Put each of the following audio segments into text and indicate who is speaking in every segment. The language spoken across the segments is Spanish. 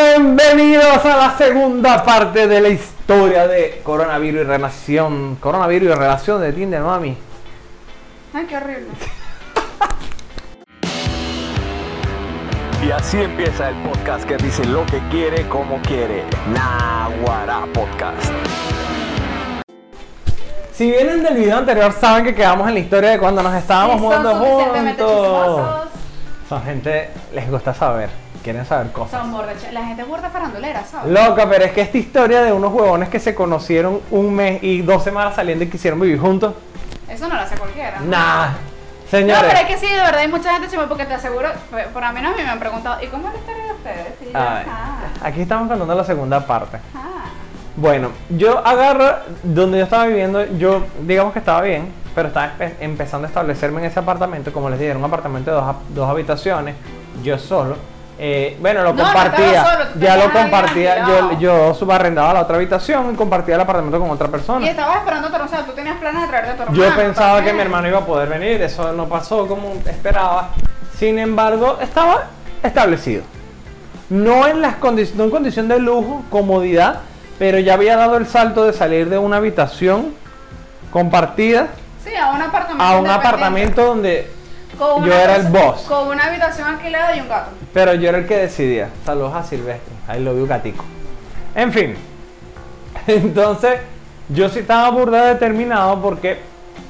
Speaker 1: Bienvenidos a la segunda parte de la historia de coronavirus y relación. Coronavirus y relación de Tinder, mami.
Speaker 2: Ay, qué horrible.
Speaker 3: Y así empieza el podcast que dice lo que quiere, como quiere. Nahuara Podcast.
Speaker 1: Si vienen del video anterior, saben que quedamos en la historia de cuando nos estábamos
Speaker 2: Sí,
Speaker 1: mudando
Speaker 2: son suficientemente
Speaker 1: juntos.
Speaker 2: chismosos.
Speaker 1: Son gente, les gusta saber, quieren saber cosas.
Speaker 2: Son borrachos. La gente es burda farandulera, ¿sabes?
Speaker 1: Loca, pero es que esta historia de unos huevones que se conocieron un mes y dos semanas saliendo y quisieron vivir juntos.
Speaker 2: Eso no lo hace cualquiera.
Speaker 1: Nah,
Speaker 2: No,
Speaker 1: señores.
Speaker 2: pero es que sí, de verdad, hay mucha gente chismosa porque te aseguro, por a mí no a mí me han preguntado, ¿y cómo es la historia de ustedes? Y yo,
Speaker 1: Ay,
Speaker 2: "Ah,
Speaker 1: aquí estamos contando la segunda parte.
Speaker 2: ah".
Speaker 1: Bueno, yo agarro donde yo estaba viviendo, yo digamos que estaba bien, pero estaba empe- empezando a establecerme en ese apartamento, como les dije, era un apartamento de dos, ha- dos habitaciones, yo solo. Eh, bueno, lo
Speaker 2: No, no
Speaker 1: compartía,
Speaker 2: estabas solo, tú
Speaker 1: ya lo
Speaker 2: tenías a alguien
Speaker 1: compartía, yo,
Speaker 2: alquilado.
Speaker 1: yo subarrendaba la otra habitación y compartía el apartamento con otra persona.
Speaker 2: Y estabas esperando a tu hermano, o sea, tú tenías planes de traerte a tu hermano.
Speaker 1: Yo pensaba que
Speaker 2: también.
Speaker 1: mi hermano iba a poder venir, eso no pasó como esperaba. Sin embargo, estaba establecido. No en, las condi- no en condición de lujo, comodidad, pero ya había dado el salto de salir de una habitación compartida
Speaker 2: Sí, a un apartamento.
Speaker 1: a un
Speaker 2: independiente.
Speaker 1: apartamento donde
Speaker 2: Con
Speaker 1: yo
Speaker 2: una
Speaker 1: era el
Speaker 2: habitación-
Speaker 1: boss.
Speaker 2: Con una habitación alquilada y un gato.
Speaker 1: Pero yo era el que decidía. Saludos a Silvestre. Ahí lo vio gatico. En fin. Entonces, yo sí estaba burda determinado porque,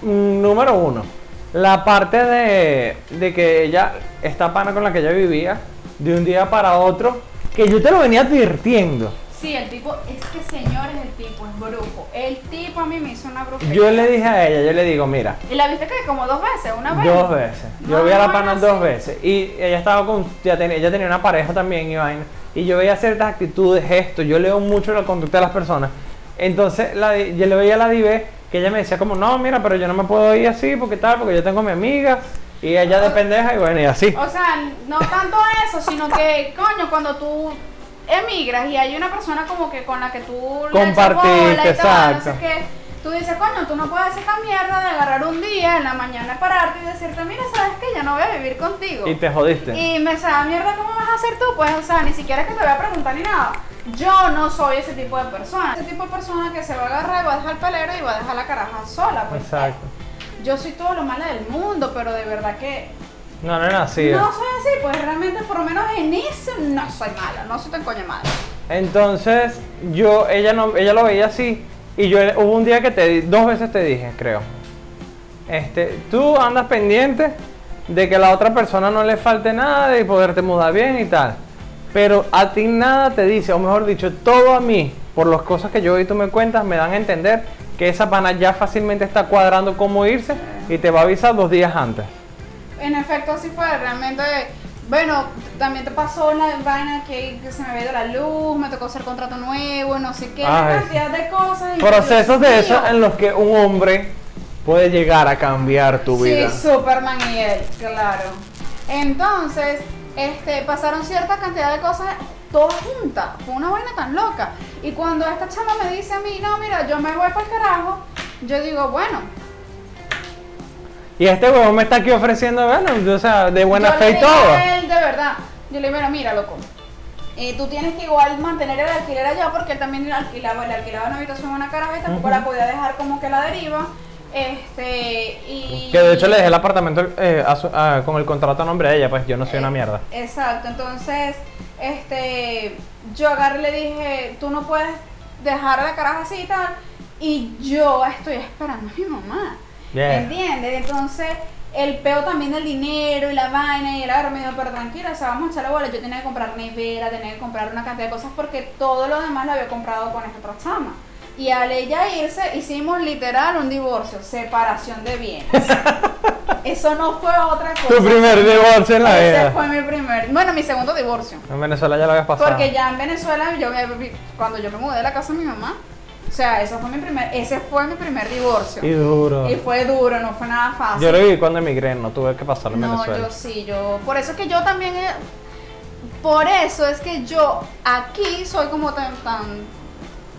Speaker 1: mm, número uno, la parte de, de que ella, esta pana con la que ella vivía, de un día para otro, que yo te lo venía advirtiendo.
Speaker 2: Sí, el tipo, es que señores, el tipo es brujo. El tipo a mí me hizo una brujería.
Speaker 1: Yo le dije a ella, yo le digo, mira,
Speaker 2: ¿Y la viste que como dos veces? ¿Una vez?
Speaker 1: Dos veces. Yo
Speaker 2: No,
Speaker 1: vi a la
Speaker 2: no,
Speaker 1: pana
Speaker 2: no,
Speaker 1: dos
Speaker 2: Ah, sí.
Speaker 1: veces. Y ella estaba con. Ya ten- ella tenía una pareja también y vaina. Y yo veía ciertas actitudes, gestos. Yo leo mucho la conducta de las personas. Entonces la, di- yo le veía a la Dive que ella me decía, como, no, mira, pero yo no me puedo ir así porque tal, porque yo tengo a mi amiga. Y ella
Speaker 2: Ah.
Speaker 1: de pendeja y bueno, y así.
Speaker 2: O sea, no tanto eso, sino que, coño, cuando tú emigras y hay una persona como que con la que tú le echas
Speaker 1: Compartiste,
Speaker 2: bola y tal, no sé
Speaker 1: exacto.
Speaker 2: qué, tú dices, coño, tú no puedes hacer esta mierda de agarrar un día en la mañana, pararte y decirte, mira, sabes que yo no voy a vivir contigo.
Speaker 1: Y te jodiste.
Speaker 2: Y me sabe mierda cómo vas a hacer tú, pues, o sea, ni siquiera es que te voy a preguntar ni nada. Yo no soy ese tipo de persona. Ese tipo de persona que se va a agarrar y va a dejar el pelero y va a dejar la caraja sola. Pues,
Speaker 1: Exacto.
Speaker 2: Yo soy todo lo malo del mundo, pero de verdad que
Speaker 1: No, no, no, así.
Speaker 2: no soy así, pues realmente por lo menos en eso no soy mala, no soy tan coño mala.
Speaker 1: Entonces, yo, ella no, ella lo veía así. Y yo hubo un día que te di- dos veces te dije, creo. Este, tú andas pendiente de que a la otra persona no le falte nada, de poderte mudar bien y tal. Pero a ti nada te dice, o mejor dicho, todo a mí, por las cosas que yo y tú me cuentas, me dan a entender que esa pana ya fácilmente está cuadrando cómo irse y te va a avisar dos días antes.
Speaker 2: En efecto, así fue, realmente. Bueno, también te pasó la vaina que, que se me había ido la luz, me tocó hacer contrato nuevo, no sé qué, una
Speaker 1: Ay.
Speaker 2: cantidad de cosas. y yo,
Speaker 1: Procesos
Speaker 2: Dios
Speaker 1: de eso
Speaker 2: mío.
Speaker 1: en los que un hombre puede llegar a cambiar tu vida.
Speaker 2: Sí, Superman y él, claro. Entonces, este, pasaron cierta cantidad de cosas todas juntas. Fue una vaina tan loca. Y cuando esta chama me dice a mí, no, mira, yo me voy para el carajo, yo digo, bueno,
Speaker 1: Y este huevón me está aquí ofreciendo, bueno, o sea, de buena
Speaker 2: yo
Speaker 1: fe
Speaker 2: le
Speaker 1: y
Speaker 2: digo
Speaker 1: todo.
Speaker 2: a él, de verdad. Yo le digo, "Mira, mira, loco. eh, tú tienes que igual mantener el alquiler allá porque él también alquilaba, le alquilaba una habitación a una carabeta, tampoco la podía dejar como que la deriva. Este, y.
Speaker 1: Que de hecho le dejé el apartamento eh, a su- a- con el contrato a nombre de ella, pues yo no soy una
Speaker 2: Eh,
Speaker 1: mierda.
Speaker 2: Exacto, entonces, este, yo agarré y le dije, tú no puedes dejar a la caraja así y tal, y yo estoy esperando a mi mamá,
Speaker 1: Yeah.
Speaker 2: ¿entiendes? Entonces, el peo también del dinero y la vaina, y él agarró y me dijo, pero tranquila, o sea, vamos a echar la bola, yo tenía que comprar nevera, tenía que comprar una cantidad de cosas, porque todo lo demás lo había comprado con esta otra chama. Y al ella irse, hicimos literal un divorcio, separación de bienes. Eso no fue otra cosa.
Speaker 1: Tu primer divorcio en la
Speaker 2: Ese
Speaker 1: vida.
Speaker 2: fue mi primer, bueno, mi segundo divorcio.
Speaker 1: En Venezuela ya lo habías pasado.
Speaker 2: Porque ya en Venezuela, yo me- vi- cuando yo me mudé de la casa de mi mamá, o sea, eso fue mi primer, ese fue mi primer divorcio.
Speaker 1: Y duro.
Speaker 2: Y fue duro, no fue nada fácil.
Speaker 1: Yo lo viví cuando emigré, no tuve que pasarlo en
Speaker 2: no,
Speaker 1: Venezuela.
Speaker 2: yo sí, yo, por eso es que yo también, eh, por eso es que yo aquí soy como tan, tan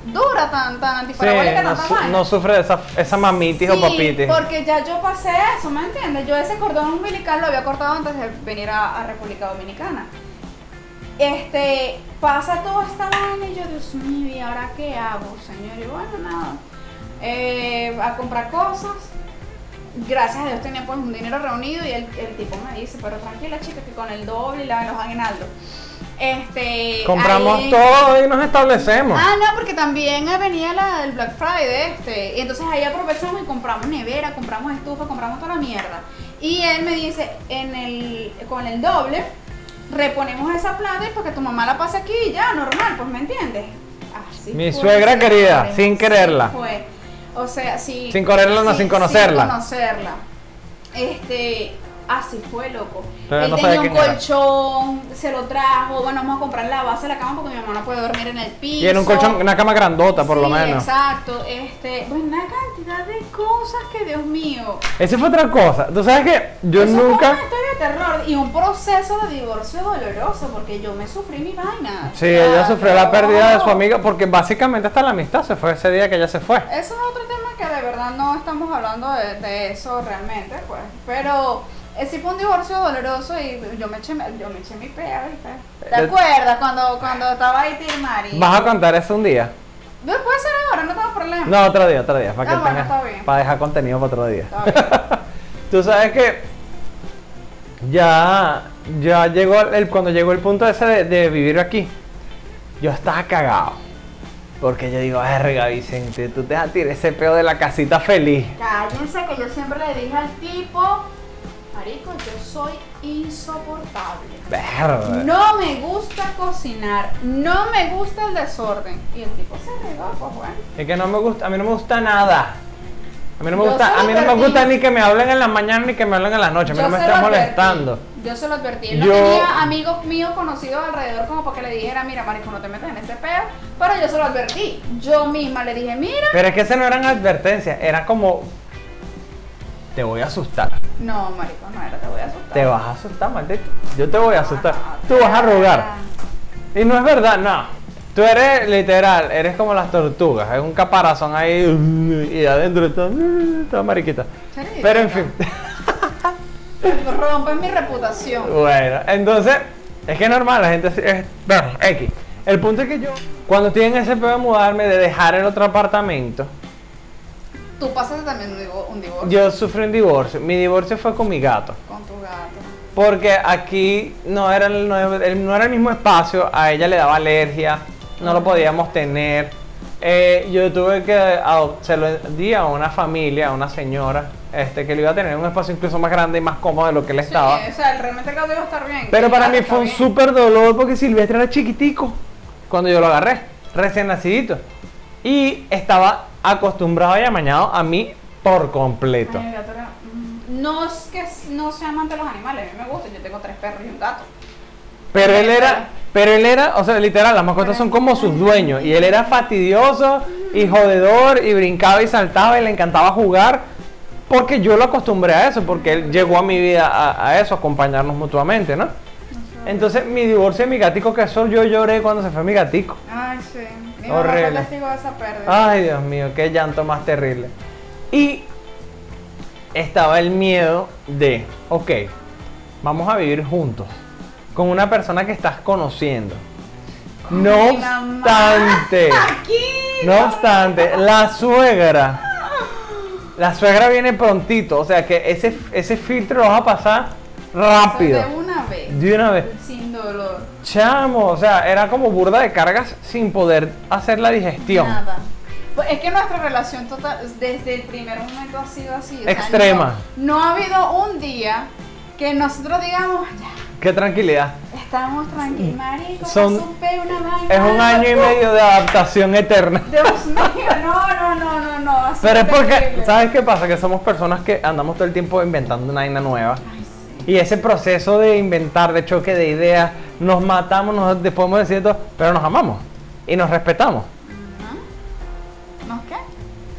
Speaker 2: dura, tan, tan antiparabólica,
Speaker 1: sí, no,
Speaker 2: tan
Speaker 1: su-
Speaker 2: tan
Speaker 1: no sufre de esa, esa mamitis o
Speaker 2: Sí,
Speaker 1: papitis.
Speaker 2: porque ya yo pasé eso, ¿me entiendes? Yo ese cordón umbilical lo había cortado antes de venir a, a República Dominicana. este, pasa toda esta vaina y yo, Dios mío, ¿y ahora qué hago, señor? Y bueno, nada, eh, a comprar cosas. Gracias a Dios tenía pues un dinero reunido y el, el tipo me dice, pero tranquila chica, que con el doble y la, los aguinaldos. Este,
Speaker 1: Compramos
Speaker 2: ahí-
Speaker 1: todo y nos establecemos.
Speaker 2: Ah, no, porque también venía la del Black Friday este. Y entonces ahí aprovechamos y compramos nevera, compramos estufa, compramos toda la mierda. Y él me dice, en el, con el doble, reponemos esa plata y porque tu mamá la pasa aquí y ya, normal, pues me entiendes. Así
Speaker 1: Mi
Speaker 2: fue,
Speaker 1: suegra
Speaker 2: señores,
Speaker 1: querida, sin
Speaker 2: así
Speaker 1: quererla.
Speaker 2: fue. O sea, sí.
Speaker 1: Sin quererla, no,
Speaker 2: sí,
Speaker 1: sin conocerla.
Speaker 2: Sin conocerla. Este, así fue, loco.
Speaker 1: Pero
Speaker 2: Él
Speaker 1: no
Speaker 2: tenía
Speaker 1: sabe
Speaker 2: un
Speaker 1: quién era.
Speaker 2: colchón, se lo trajo, bueno, vamos a comprar la base de la cama porque mi mamá no puede dormir en el piso.
Speaker 1: Y en un colchón, una cama grandota por lo
Speaker 2: Sí,
Speaker 1: menos.
Speaker 2: Exacto, este, buena cantidad de cosas que Dios mío.
Speaker 1: Esa fue otra cosa. Tú sabes que yo
Speaker 2: Eso fue
Speaker 1: nunca...
Speaker 2: una historia de terror y un proceso de divorcio doloroso porque yo me sufrí mi vaina.
Speaker 1: Sí,
Speaker 2: O sea,
Speaker 1: ella sufrió la
Speaker 2: no.
Speaker 1: pérdida de su amiga porque básicamente hasta la amistad se fue ese día que ella se fue.
Speaker 2: Eso es otro tema que de verdad no estamos hablando de, de eso realmente, pues. Pero eh, sí fue un divorcio doloroso y yo me eché, yo me eché mi pea, ¿viste? ¿Te
Speaker 1: Eh,
Speaker 2: acuerdas cuando, cuando estaba ahí Tilmari?
Speaker 1: ¿Vas a contar eso un día?
Speaker 2: No, Puede ser ahora, no tengo problema.
Speaker 1: No, otro día, otro día. Para
Speaker 2: Ah,
Speaker 1: que
Speaker 2: bueno,
Speaker 1: tengas-
Speaker 2: está bien.
Speaker 1: para dejar contenido para otro día.
Speaker 2: Está bien.
Speaker 1: Tú sabes que ya, ya llegó el, cuando llegó el punto ese de, de vivir aquí, yo estaba cagado. Porque yo digo, verga Vicente, tú te vas a tirar ese peo de la casita feliz.
Speaker 2: Cállense que yo siempre le dije al tipo, marico, yo soy insoportable.
Speaker 1: Verga.
Speaker 2: No me gusta cocinar, no me gusta el desorden. Y el tipo se regó, pues bueno.
Speaker 1: Es que no me gusta, a mí no me gusta nada. A mí no me
Speaker 2: Yo
Speaker 1: gusta,
Speaker 2: se
Speaker 1: a
Speaker 2: lo
Speaker 1: mí no me
Speaker 2: advertí.
Speaker 1: gusta ni que me hablen en la mañana ni que me hablen en la noche. A mí no me
Speaker 2: se lo
Speaker 1: está
Speaker 2: advertí,
Speaker 1: molestando.
Speaker 2: Yo se lo advertí. Él no
Speaker 1: Yo-
Speaker 2: tenía amigos míos conocidos alrededor como para que le dijera, mira, marico, no te metas en ese peo. Pero yo se lo advertí. Yo misma le dije, mira.
Speaker 1: Pero es que esas no eran advertencias, era como te voy a asustar.
Speaker 2: No, marico, no era, te voy a asustar. Ah,
Speaker 1: Te vas a asustar, maldito. Yo te voy a asustar.
Speaker 2: No,
Speaker 1: Tú vas a rogar.
Speaker 2: no.
Speaker 1: Y no es verdad, no. Tú eres literal, eres como las tortugas, es un caparazón ahí y adentro está toda mariquita.
Speaker 2: Sí,
Speaker 1: Pero en
Speaker 2: no.
Speaker 1: fin,
Speaker 2: Rompes mi reputación.
Speaker 1: bueno, entonces es que es normal, la gente es, es- bueno, X. El punto es que yo, cuando tienen ese pedo de mudarme, de dejar el otro apartamento,
Speaker 2: Tú pasaste también un divo- un divorcio
Speaker 1: yo sufrí un divorcio. Mi divorcio fue con mi gato.
Speaker 2: con tu gato.
Speaker 1: Porque aquí no era, el, no, el- no era el mismo espacio, a ella le daba alergia, no lo podíamos tener. Eh, yo tuve que adop- se lo di a una familia, a una señora, este, que le iba a tener un espacio incluso más grande y más cómodo de lo que él estaba.
Speaker 2: Sí, o sea, realmente el gato iba a estar bien.
Speaker 1: Pero para
Speaker 2: El gato
Speaker 1: mí fue un
Speaker 2: está bien.
Speaker 1: súper dolor porque Silvestre era chiquitico cuando yo lo agarré, recién nacidito. Y estaba acostumbrado y amañado a mí por completo.
Speaker 2: Ay, el gato era- mm, No es que s- no sea amante de los animales, a mí me gusta, yo tengo tres perros y un gato.
Speaker 1: Pero él era, pero él era, o sea, literal, las mascotas son como sus dueños. Y él era fastidioso y jodedor y brincaba y saltaba y le encantaba jugar. Porque yo lo acostumbré a eso, porque él llegó a mi vida a, a eso, acompañarnos mutuamente, ¿no? Entonces, mi divorcio de mi gatico, que eso yo lloré cuando se fue mi gatico.
Speaker 2: Ay, sí. Mi mamá
Speaker 1: Horrible. Ah,
Speaker 2: fue testigo de esa pérdida.
Speaker 1: Ay, Dios mío, qué llanto más terrible. Y estaba el miedo de, ok, vamos a vivir juntos con una persona que estás conociendo. No
Speaker 2: Mi mamá.
Speaker 1: obstante,
Speaker 2: Aquí.
Speaker 1: no obstante, la suegra, la suegra viene prontito, o sea que ese, ese filtro lo vas a pasar rápido.
Speaker 2: De una vez.
Speaker 1: De una vez.
Speaker 2: Sin dolor.
Speaker 1: Chamo, o sea, era como burda de cargas sin poder hacer la digestión.
Speaker 2: Nada. Pues es que nuestra relación total, desde el primer momento ha sido así. o sea,
Speaker 1: Extrema.
Speaker 2: no, no ha habido un día que nosotros digamos, ya,
Speaker 1: Qué tranquilidad.
Speaker 2: estamos tranquilos, marico,
Speaker 1: Son-
Speaker 2: no supe una vaina.
Speaker 1: Es un año y
Speaker 2: loco".
Speaker 1: medio de adaptación eterna.
Speaker 2: Dios mío, no, no, no, no, no. ha sido
Speaker 1: Pero es porque,
Speaker 2: terrible.
Speaker 1: ¿sabes qué pasa? Que somos personas que andamos todo el tiempo inventando una vaina nueva.
Speaker 2: Ay, sí.
Speaker 1: Y ese proceso de inventar, de choque de ideas, nos matamos, nos después podemos decir todo, pero nos amamos y nos respetamos.
Speaker 2: ¿No qué?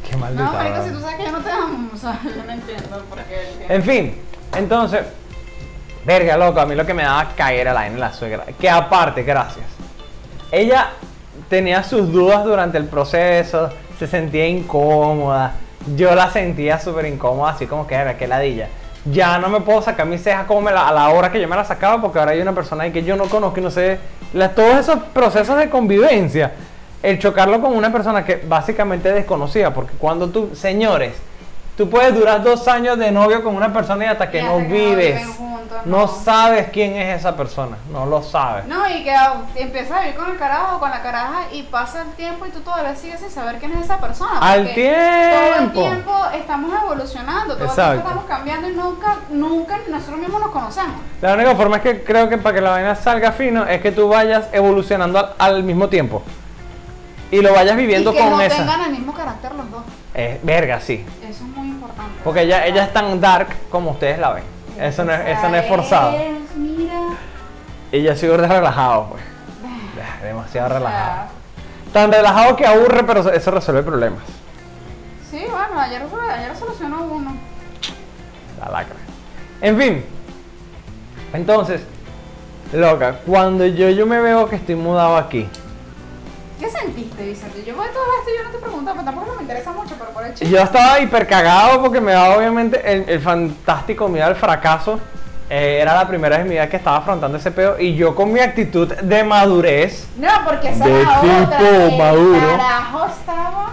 Speaker 1: Qué maldita.
Speaker 2: No, marico,
Speaker 1: ¿verdad?
Speaker 2: si tú sabes que yo no te amo, o sea, yo no entiendo por qué. él tiene-
Speaker 1: En fin, entonces, verga, loco, a mí lo que me daba caer a la en la suegra. Que aparte, gracias. Ella tenía sus dudas durante el proceso, se sentía incómoda. Yo la sentía súper incómoda, así como que era que ladilla. Ya no me puedo sacar mis cejas como me la- a la hora que yo me la sacaba, porque ahora hay una persona ahí que yo no conozco y no sé la- todos esos procesos de convivencia, el chocarlo con una persona que básicamente desconocía, porque cuando tú, señores, tú puedes durar dos años de novio con una persona y hasta que
Speaker 2: Y
Speaker 1: no
Speaker 2: hasta que no
Speaker 1: vives,
Speaker 2: viven juntos,
Speaker 1: no.
Speaker 2: no.
Speaker 1: sabes quién es esa persona, no lo sabes.
Speaker 2: No, y que ah, empiezas a vivir con el carajo o con la caraja y pasa el tiempo y tú todavía sigues sin saber quién es esa persona.
Speaker 1: Al
Speaker 2: porque Todo el
Speaker 1: tiempo.
Speaker 2: tiempo estamos evolucionando, todo
Speaker 1: Exacto.
Speaker 2: el tiempo estamos cambiando y nunca, nunca nosotros mismos nos conocemos.
Speaker 1: La única forma es que creo que para que la vaina salga fino es que tú vayas evolucionando al, al mismo tiempo y lo vayas viviendo
Speaker 2: y que
Speaker 1: con
Speaker 2: no
Speaker 1: esa.
Speaker 2: tengan el mismo carácter los dos.
Speaker 1: Eh, verga, sí.
Speaker 2: Eso es muy importante.
Speaker 1: Porque ella, ella es tan dark como ustedes la ven. Eso no es, eso no es forzado.
Speaker 2: Es, mira.
Speaker 1: Ella sí gorda relajado, pues. Ah, Demasiado relajado. Tan relajado que aburre, pero eso resuelve problemas.
Speaker 2: Sí, bueno, ayer, ayer solucionó uno.
Speaker 1: La lacra. En fin. Entonces, loca, cuando yo, yo me veo que estoy mudado aquí.
Speaker 2: ¿Qué sentiste, Vicente? Yo voy todo esto y yo no te pregunto, pero tampoco me interesa mucho, pero por el
Speaker 1: Y
Speaker 2: chiste.
Speaker 1: Yo estaba hiper cagado porque me daba obviamente el, el fantástico miedo al fracaso. Eh, era la primera vez en mi vida que estaba afrontando ese pedo. Y yo con mi actitud de madurez.
Speaker 2: No, porque esa
Speaker 1: De
Speaker 2: es la otra.
Speaker 1: tipo
Speaker 2: el
Speaker 1: maduro.
Speaker 2: carajo estaba.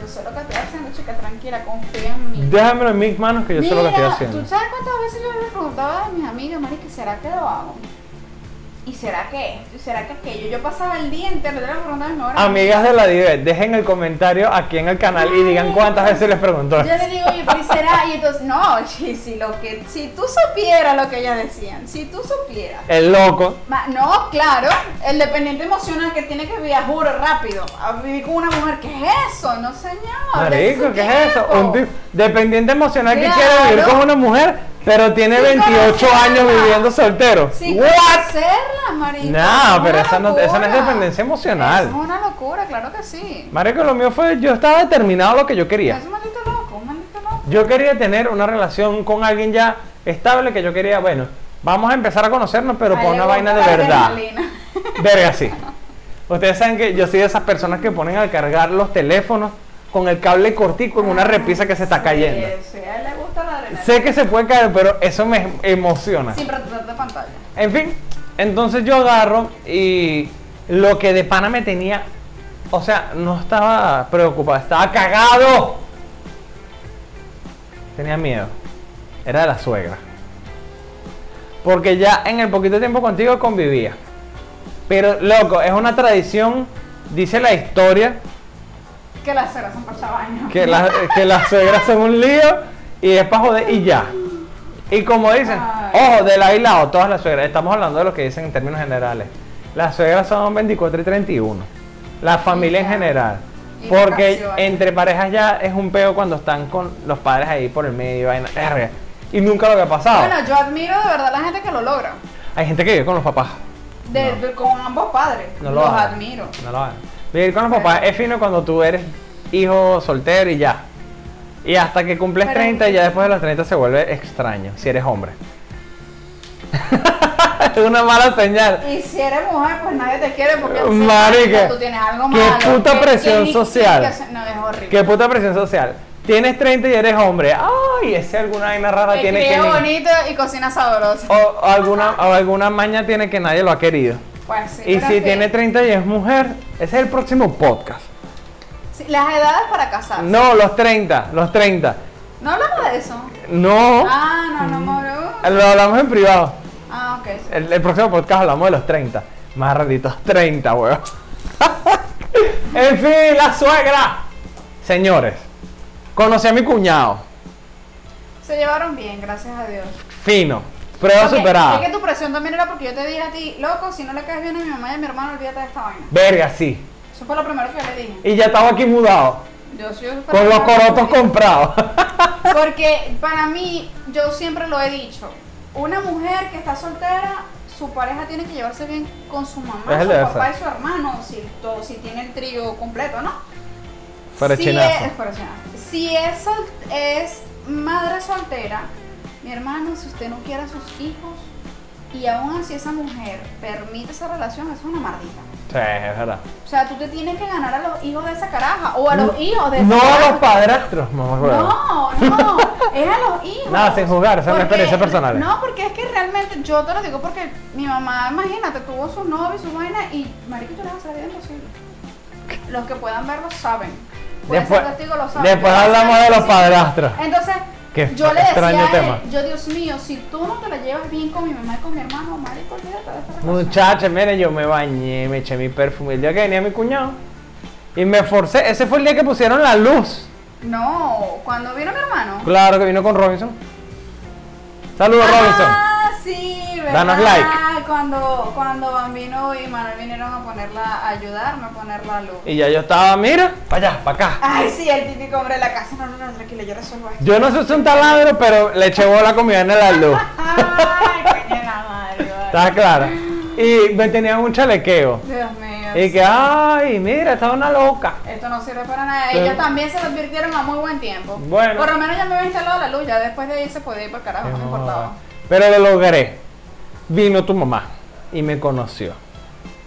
Speaker 2: Yo sé lo que estoy haciendo, chica, tranquila, confía en mí.
Speaker 1: Déjamelo en mis manos que yo sé lo que estoy
Speaker 2: Mira,
Speaker 1: haciendo.
Speaker 2: ¿Tú sabes cuántas veces yo le preguntaba a mis amigas, Mari, que será que lo hago? ¿Y será que esto? ¿Y será que aquello? Yo pasaba el día entero, yo le preguntaba a mi mejor amiga.
Speaker 1: Amigas de la Dive, dejen el comentario aquí en el canal y digan cuántas veces les preguntó.
Speaker 2: Yo le digo, oye, pero ¿y será? Y entonces, no, si, si, lo que, si tú supieras lo que ellas decían, si tú supieras.
Speaker 1: El loco.
Speaker 2: Ma- No, claro, el dependiente emocional que tiene que viajar juro, rápido a vivir con una mujer, ¿qué es eso? No, señor.
Speaker 1: Marico,
Speaker 2: dése
Speaker 1: ¿qué es eso?
Speaker 2: tiempo.
Speaker 1: Un tipo dependiente emocional que
Speaker 2: Claro.
Speaker 1: quiere vivir con una mujer, pero tiene
Speaker 2: Sin
Speaker 1: 28
Speaker 2: conocerla.
Speaker 1: años viviendo soltero.
Speaker 2: Sí,
Speaker 1: ¿What?
Speaker 2: conocerla, marico.
Speaker 1: No,
Speaker 2: es
Speaker 1: pero
Speaker 2: una
Speaker 1: esa no- esa no es
Speaker 2: locura.
Speaker 1: dependencia emocional.
Speaker 2: Eso es una locura, claro que sí.
Speaker 1: Marico, lo mío fue, yo estaba determinado a lo que yo
Speaker 2: Es
Speaker 1: quería.
Speaker 2: un maldito loco, un maldito loco.
Speaker 1: Yo quería tener una relación con alguien ya estable que yo quería, bueno, vamos a empezar a conocernos, pero
Speaker 2: A
Speaker 1: por
Speaker 2: él le
Speaker 1: una vaina de
Speaker 2: gusta la
Speaker 1: verdad.
Speaker 2: adrenalina.
Speaker 1: Verga, sí. Ustedes saben que yo soy de esas personas que ponen al cargar los teléfonos con el cable cortico en una repisa que se está cayendo.
Speaker 2: Sí, sí, a él le gusta la adrenalina.
Speaker 1: Sé que se puede caer, pero eso me emociona.
Speaker 2: Sin retratar de pantalla.
Speaker 1: En fin, entonces yo agarro y lo que de pana me tenía, o sea, no estaba preocupado, estaba cagado. Tenía miedo. Era de la suegra. Porque ya en el poquito tiempo contigo convivía. Pero loco, es una tradición, dice la historia,
Speaker 2: Que las ceras son pachavaños.
Speaker 1: que, la- que las suegras son un lío y es para joder y ya. Y como dicen,
Speaker 2: Ay.
Speaker 1: ojo, de lado y lado, todas las suegras, estamos hablando de lo que dicen en términos generales. Las suegras son 24 y 31. La familia en
Speaker 2: ya.
Speaker 1: general.
Speaker 2: Y
Speaker 1: Porque
Speaker 2: vacaciones.
Speaker 1: entre parejas ya es un peo cuando están con los padres ahí por el medio. vaina, verga. Y nunca lo había pasado.
Speaker 2: Bueno, yo admiro de verdad la gente que lo logra.
Speaker 1: Hay gente que vive con los papás.
Speaker 2: De, de- con ambos padres.
Speaker 1: No lo
Speaker 2: los
Speaker 1: hagan.
Speaker 2: admiro.
Speaker 1: No lo hagan. Vivir con los papás es fino cuando tú eres hijo soltero y ya. Y hasta que cumples
Speaker 2: Pero-
Speaker 1: 30 y ya después de los 30 se vuelve extraño, si eres hombre. es una mala señal.
Speaker 2: Y si eres mujer, pues nadie te quiere porque tú-
Speaker 1: Marica,
Speaker 2: tú tienes algo
Speaker 1: qué
Speaker 2: malo.
Speaker 1: puta
Speaker 2: que- que
Speaker 1: presión
Speaker 2: ni-
Speaker 1: social.
Speaker 2: que se- no, es horrible.
Speaker 1: Qué puta presión social. Tienes 30 y eres hombre. Ay, ese alguna vaina rara
Speaker 2: Escribe
Speaker 1: tiene que... ni-
Speaker 2: bonito y cocina sabroso.
Speaker 1: O, o alguna, o alguna maña tiene que nadie lo ha querido.
Speaker 2: Pues sí,
Speaker 1: y
Speaker 2: pero
Speaker 1: si
Speaker 2: en
Speaker 1: tiene
Speaker 2: fin.
Speaker 1: 30 y es mujer, ese es el próximo podcast.
Speaker 2: Sí, Las edades para casarse. No,
Speaker 1: No, los 30, los 30.
Speaker 2: hablamos de eso.
Speaker 1: No. Mm.
Speaker 2: Ah, no, no, Mauro.
Speaker 1: Lo hablamos en privado.
Speaker 2: Ah, ok.
Speaker 1: El, el próximo podcast hablamos de los 30. Más ratitos, 30, weón. en fin, la suegra. Señores, conocí a mi cuñado.
Speaker 2: Se llevaron bien, gracias a Dios.
Speaker 1: Fino. Prueba
Speaker 2: Ok,
Speaker 1: superada.
Speaker 2: Es que tu presión también era porque yo te dije a ti, loco, si no le caes bien a mi mamá y a mi hermano, olvídate de esta vaina.
Speaker 1: Verga, sí.
Speaker 2: Eso fue lo primero que yo le dije.
Speaker 1: Y ya estaba aquí mudado.
Speaker 2: Yo soy súper
Speaker 1: Eh, Con los
Speaker 2: fanática.
Speaker 1: corotos comprados.
Speaker 2: Porque para mí, yo siempre lo he dicho, una mujer que está soltera, su pareja tiene que llevarse bien con su mamá,
Speaker 1: Es el
Speaker 2: su
Speaker 1: de
Speaker 2: papá
Speaker 1: esa.
Speaker 2: y su hermano, si, to- si tiene el trío completo, ¿no?
Speaker 1: Para
Speaker 2: si
Speaker 1: chinazo.
Speaker 2: es, para chinazo. Si es, sol- es madre soltera, mi hermano, si usted no quiere a sus hijos, y aún así esa mujer permite esa relación, eso es una mardita.
Speaker 1: Sí, es verdad.
Speaker 2: O sea, tú te tienes que ganar a los hijos de esa caraja o a los hijos de esa
Speaker 1: No a
Speaker 2: caraja.
Speaker 1: los padrastros, mamá.
Speaker 2: No, pues no, es a los hijos.
Speaker 1: Nada, sin juzgar, son
Speaker 2: Porque-
Speaker 1: experiencias personales.
Speaker 2: No, porque es que realmente, yo te lo digo porque mi mamá, imagínate, tuvo su novio y su vaina y marico, tú le vas a hacer la vida imposible. Los que puedan verlo saben. Pueden ser
Speaker 1: Después-
Speaker 2: testigos, lo saben.
Speaker 1: después
Speaker 2: Yo lo
Speaker 1: hablamos
Speaker 2: sé,
Speaker 1: de los
Speaker 2: sí.
Speaker 1: padrastros.
Speaker 2: Entonces,
Speaker 1: Qué
Speaker 2: yo le decía
Speaker 1: extraño
Speaker 2: a él,
Speaker 1: tema.
Speaker 2: yo Dios mío, si tú no te la llevas bien con mi mamá y con mi hermano, marico, olvídate de esta relación.
Speaker 1: Muchachos, miren, yo me bañé, me eché mi perfume el día que venía mi cuñado. Y me forcé. Ese fue el día que pusieron la luz.
Speaker 2: No, cuando vino mi hermano.
Speaker 1: Claro que vino con Robinson. Saludos, Robinson.
Speaker 2: Ah, sí, ¿verdad?
Speaker 1: Danos like.
Speaker 2: Cuando, cuando Bambino y Manuel vinieron a ponerla, a ayudarme a poner la luz.
Speaker 1: Y ya yo estaba, mira, para allá, para acá.
Speaker 2: Ay, sí, el típico hombre de la casa. No, no, no, tranquila, yo resuelvo esto.
Speaker 1: Yo no sé si es un taladro, pero le eché bola con mi vaina en la luz.
Speaker 2: Ay, coño de la madre, vale.
Speaker 1: ¿Estás clara? Y me tenían un chalequeo.
Speaker 2: Dios mío.
Speaker 1: Y que, ay, mira, está una loca.
Speaker 2: Esto no sirve para nada.
Speaker 1: Sí.
Speaker 2: Ellos también se lo advirtieron a muy buen tiempo.
Speaker 1: Bueno.
Speaker 2: Por lo menos ya me había instalado la luz, ya después de ahí se podía ir para carajo, no me importaba.
Speaker 1: Pero lo logré. Vino tu mamá y me conoció.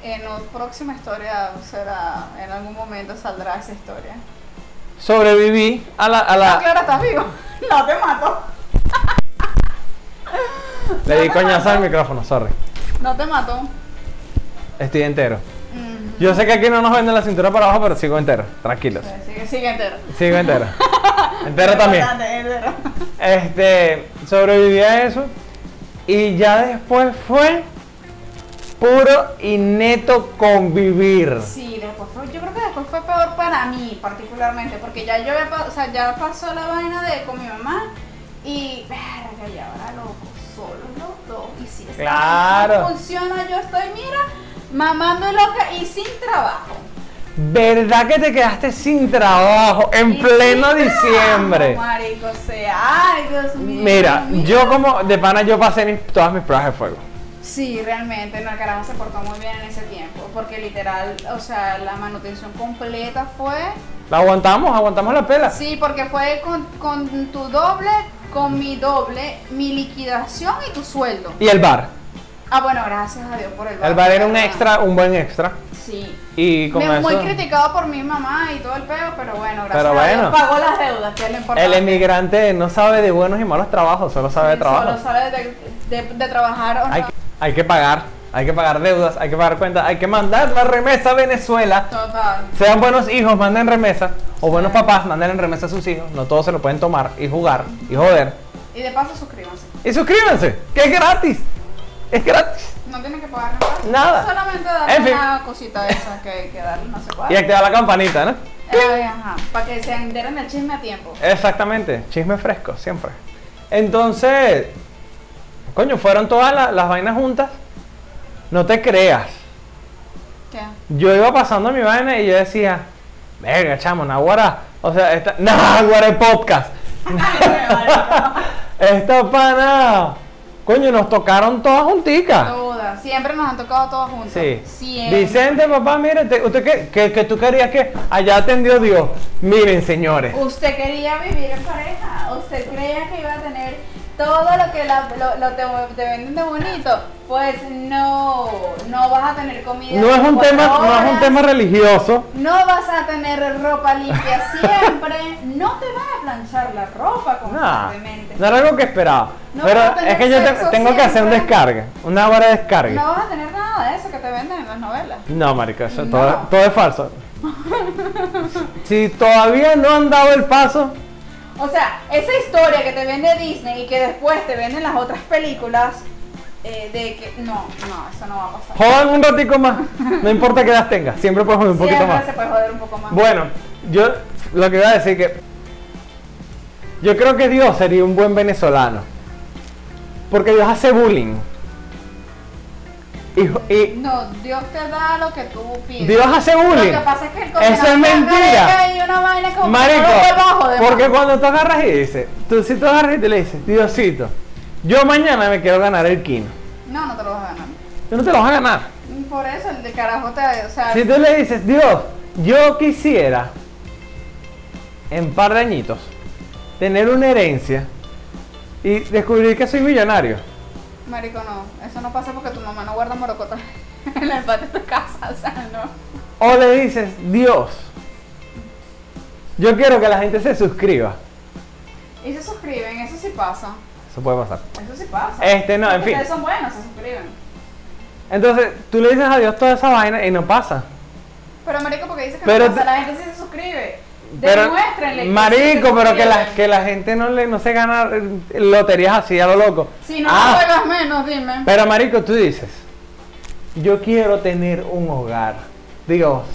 Speaker 2: En la próxima historia será, en algún momento saldrá esa historia.
Speaker 1: Sobreviví a la... A la
Speaker 2: No, Clara, estás vivo. No te mato.
Speaker 1: le di coñazo al micrófono, sorry.
Speaker 2: No te mato.
Speaker 1: Estoy entero.
Speaker 2: Mm,
Speaker 1: Yo sé que aquí no nos venden la cintura para abajo, pero sigo entero. Tranquilos.
Speaker 2: Sigue, sigue entero.
Speaker 1: Sigo entero. entero también.
Speaker 2: Importante, entero.
Speaker 1: Este, sobreviví a eso. Y ya después fue puro y neto convivir.
Speaker 2: Sí, después fue- yo creo que después fue peor para mí particularmente, porque ya yo había pa- o sea, ya pasó la vaina de con mi mamá y verga, y ahora loco, solo los dos. Y si esta
Speaker 1: Claro.
Speaker 2: vaina no funciona, yo estoy, mira, mamando loca y sin trabajo.
Speaker 1: ¿Verdad que te quedaste sin trabajo en
Speaker 2: Y
Speaker 1: pleno
Speaker 2: sin
Speaker 1: diciembre?
Speaker 2: trabajo, marico, o sea, ay, Dios mío.
Speaker 1: Mira,
Speaker 2: Dios mío.
Speaker 1: yo como de pana yo pasé mis- todas mis pruebas de fuego.
Speaker 2: Sí, realmente, no, el carajo se portó muy bien en ese tiempo, porque literal, o sea, la manutención completa fue
Speaker 1: La aguantamos, aguantamos la pela.
Speaker 2: Sí, porque fue con, con tu doble, con mi doble, mi liquidación y tu sueldo.
Speaker 1: Y el bar.
Speaker 2: Ah, bueno, gracias a Dios por el bar.
Speaker 1: El bar era un
Speaker 2: ¿verdad?
Speaker 1: extra, un buen extra.
Speaker 2: Sí.
Speaker 1: Y con
Speaker 2: Ah. Me- Muy
Speaker 1: eso,
Speaker 2: criticado por mi mamá y todo el peo, pero bueno, gracias
Speaker 1: Pero
Speaker 2: a Dios
Speaker 1: bueno.
Speaker 2: pagó las deudas, que es lo importante.
Speaker 1: el emigrante no sabe de buenos y malos trabajos, solo sabe de trabajo.
Speaker 2: Solo sabe de, de- de trabajar.
Speaker 1: Hay que, hay que pagar, hay que pagar deudas, hay que pagar cuentas, hay que mandar la remesa a Venezuela.
Speaker 2: Total.
Speaker 1: Sean buenos hijos, manden remesa. O buenos papás, manden en remesa a sus hijos. No todos se lo pueden tomar y jugar y joder.
Speaker 2: Y de paso suscríbanse.
Speaker 1: Y suscríbanse, que es gratis. Es gratis.
Speaker 2: No tienen que pagar nada.
Speaker 1: Nada.
Speaker 2: Solamente darle
Speaker 1: En fin.
Speaker 2: una cosita esa que, que darle no sé cuál. Eh,
Speaker 1: Y activar la campanita, ¿no?
Speaker 2: Ay, ajá, para que se enteren el chisme a tiempo.
Speaker 1: Exactamente, chisme fresco, siempre. Entonces, coño, fueron todas la- las vainas juntas. No te creas.
Speaker 2: ¿Qué?
Speaker 1: Yo iba pasando mi vaina y yo decía, venga, chamo, Naguara. O sea, esta. Naguara el podcast. Esta pana. Coño, nos tocaron todas junticas.
Speaker 2: Todas, siempre nos han tocado todas juntas.
Speaker 1: Sí.
Speaker 2: Oh, Siempre.
Speaker 1: Vicente, papá, mire, te- usted que, que, que tú querías que allá atendió Dios. Miren, señores.
Speaker 2: Usted quería vivir en pareja. Usted creía que iba a tener todo lo que la- lo, lo te, te venden de bonito. Pues no, no vas a tener comida.
Speaker 1: No es un
Speaker 2: por
Speaker 1: tema, no es un
Speaker 2: horas,
Speaker 1: tema religioso.
Speaker 2: No vas a tener ropa limpia siempre. no te vas a planchar la ropa
Speaker 1: Nada.
Speaker 2: constantemente.
Speaker 1: Ah. No era algo que esperaba.
Speaker 2: No
Speaker 1: Pero
Speaker 2: vas a tener
Speaker 1: es que yo te-
Speaker 2: sexo
Speaker 1: tengo que hacer un
Speaker 2: siempre.
Speaker 1: descargue. Una hora de descargue.
Speaker 2: No vas a tener nada de eso que te venden en las novelas.
Speaker 1: No, marica, eso
Speaker 2: No.
Speaker 1: todo, todo es falso. si todavía no han dado el paso,
Speaker 2: O sea, esa historia que te vende Disney y que después te venden las otras películas, eh, de que no, no, eso no va a pasar.
Speaker 1: jodan un ratico más. No importa qué edad tengas, siempre puedes joder un poquito
Speaker 2: Siempre
Speaker 1: más.
Speaker 2: se puede joder un poco más.
Speaker 1: Bueno, yo lo que iba a decir que yo creo que Dios sería un buen venezolano. Porque Dios hace bullying. Y, y
Speaker 2: No, Dios te da lo que tú pides.
Speaker 1: Dios hace bullying.
Speaker 2: Lo que pasa es que el
Speaker 1: Eso es mentira.
Speaker 2: Y una vaina como
Speaker 1: Marico,
Speaker 2: bajo de
Speaker 1: porque cuando tú agarras y dices, tú si tú agarras y te le dices, Diosito, yo mañana me quiero ganar el quino.
Speaker 2: No, no te lo vas a ganar.
Speaker 1: Tú no te lo vas a ganar.
Speaker 2: Por eso el de carajo te. O sea,
Speaker 1: Si tú le dices, Dios, yo quisiera en par de añitos tener una herencia y descubrir que soy millonario.
Speaker 2: Marico, no, eso no pasa porque tu mamá no guarda morocotas en el patio de tu casa, o sea, no.
Speaker 1: O le dices, Dios, yo quiero que la gente se suscriba.
Speaker 2: Y se suscriben, eso sí pasa.
Speaker 1: Eso puede pasar.
Speaker 2: Eso sí pasa.
Speaker 1: Este, no, en
Speaker 2: Ustedes
Speaker 1: fin.
Speaker 2: son buenos, se suscriben.
Speaker 1: Entonces, tú le dices a Dios toda esa vaina y no pasa.
Speaker 2: Pero marico, porque dices que
Speaker 1: Pero
Speaker 2: no pasa,
Speaker 1: te-
Speaker 2: la gente sí se suscribe.
Speaker 1: Pero,
Speaker 2: Demuéstrenle. que sí se
Speaker 1: marico, pero que la,
Speaker 2: suscriben.
Speaker 1: que la gente no le no se gana eh, loterías así a lo loco.
Speaker 2: Si no
Speaker 1: Ah,
Speaker 2: no juegas menos, dime.
Speaker 1: Pero marico, tú dices, yo quiero tener un hogar. Digo,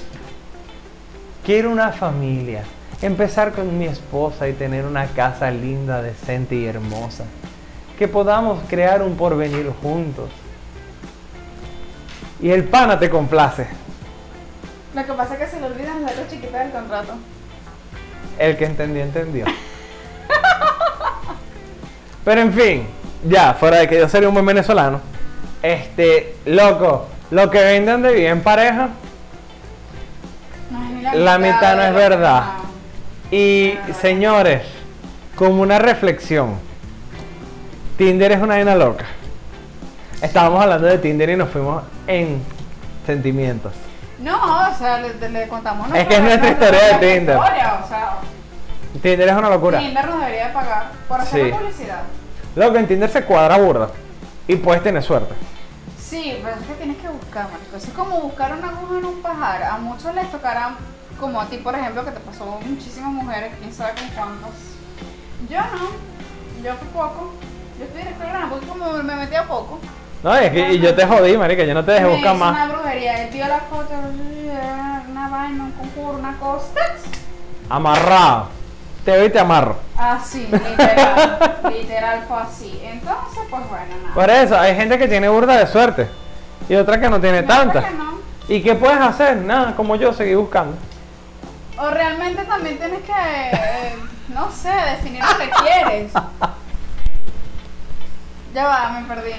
Speaker 1: quiero una familia. Empezar con mi esposa y tener una casa linda, decente y hermosa. Que podamos crear un porvenir juntos. Y el pana te complace.
Speaker 2: Lo que pasa es que se le olvidan las letras chiquitas del contrato.
Speaker 1: El que entendió, entendió. Pero en fin, ya, fuera de que yo sería un buen venezolano. Este, loco, lo que venden de bien pareja
Speaker 2: No es ni
Speaker 1: La mitad no
Speaker 2: de
Speaker 1: es
Speaker 2: lo que-
Speaker 1: verdad. Y
Speaker 2: Ah.
Speaker 1: señores, como una reflexión, Tinder es una vaina loca. Estábamos hablando de Tinder y nos fuimos en sentimientos.
Speaker 2: No, o sea, le, le contamos.
Speaker 1: Es que es nuestra historia de Tinder.
Speaker 2: historia, o sea,
Speaker 1: Tinder es una locura.
Speaker 2: Tinder nos debería de pagar por hacer
Speaker 1: Sí.
Speaker 2: la publicidad.
Speaker 1: Loco, en Tinder se cuadra burda. Y puedes tener suerte.
Speaker 2: Sí, pero es que tienes que buscar, marico. Eso es como buscar una aguja en un pajar. A muchos les tocará, como a ti, por ejemplo, que te pasó muchísimas mujeres, quién sabe con cuántos. Yo no, yo fui poco. Yo estoy desesperada porque como me metí a poco.
Speaker 1: No, y, es que- y yo te jodí, marica, yo no te dejé
Speaker 2: me
Speaker 1: buscar
Speaker 2: hizo
Speaker 1: más.
Speaker 2: una brujería. Él vio la foto, una vaina, un concurso, una cosa. ¡tac!
Speaker 1: Amarrado. Te veo y te amarro.
Speaker 2: Así, literal. literal fue así. Entonces, pues bueno, nada.
Speaker 1: Por eso, hay gente que tiene burda de suerte. Y otra que no tiene
Speaker 2: No,
Speaker 1: tanta.
Speaker 2: porque no.
Speaker 1: ¿Y qué puedes hacer? Nada, como yo, seguí buscando.
Speaker 2: O realmente también tienes que, eh, no sé, definir lo que quieres. Ya va, me perdí.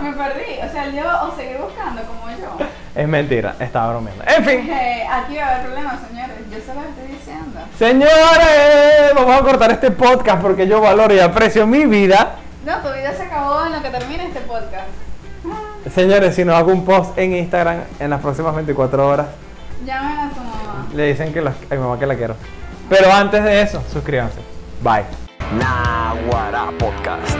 Speaker 2: Me perdí, o sea, yo o seguir buscando como yo.
Speaker 1: Es mentira, estaba bromeando. En fin.
Speaker 2: Eh, aquí va a haber problemas, señores, yo se los estoy diciendo.
Speaker 1: Señores, vamos a cortar este podcast porque yo valoro y aprecio mi vida.
Speaker 2: No, tu vida se acabó en lo que termina este podcast.
Speaker 1: Señores, si no hago un post en Instagram en las próximas 24 horas,
Speaker 2: Llamen a su mamá.
Speaker 1: le dicen que los- a mi mamá que la quiero. Pero antes de eso, suscríbanse. Bye.
Speaker 3: Nahuara Podcast.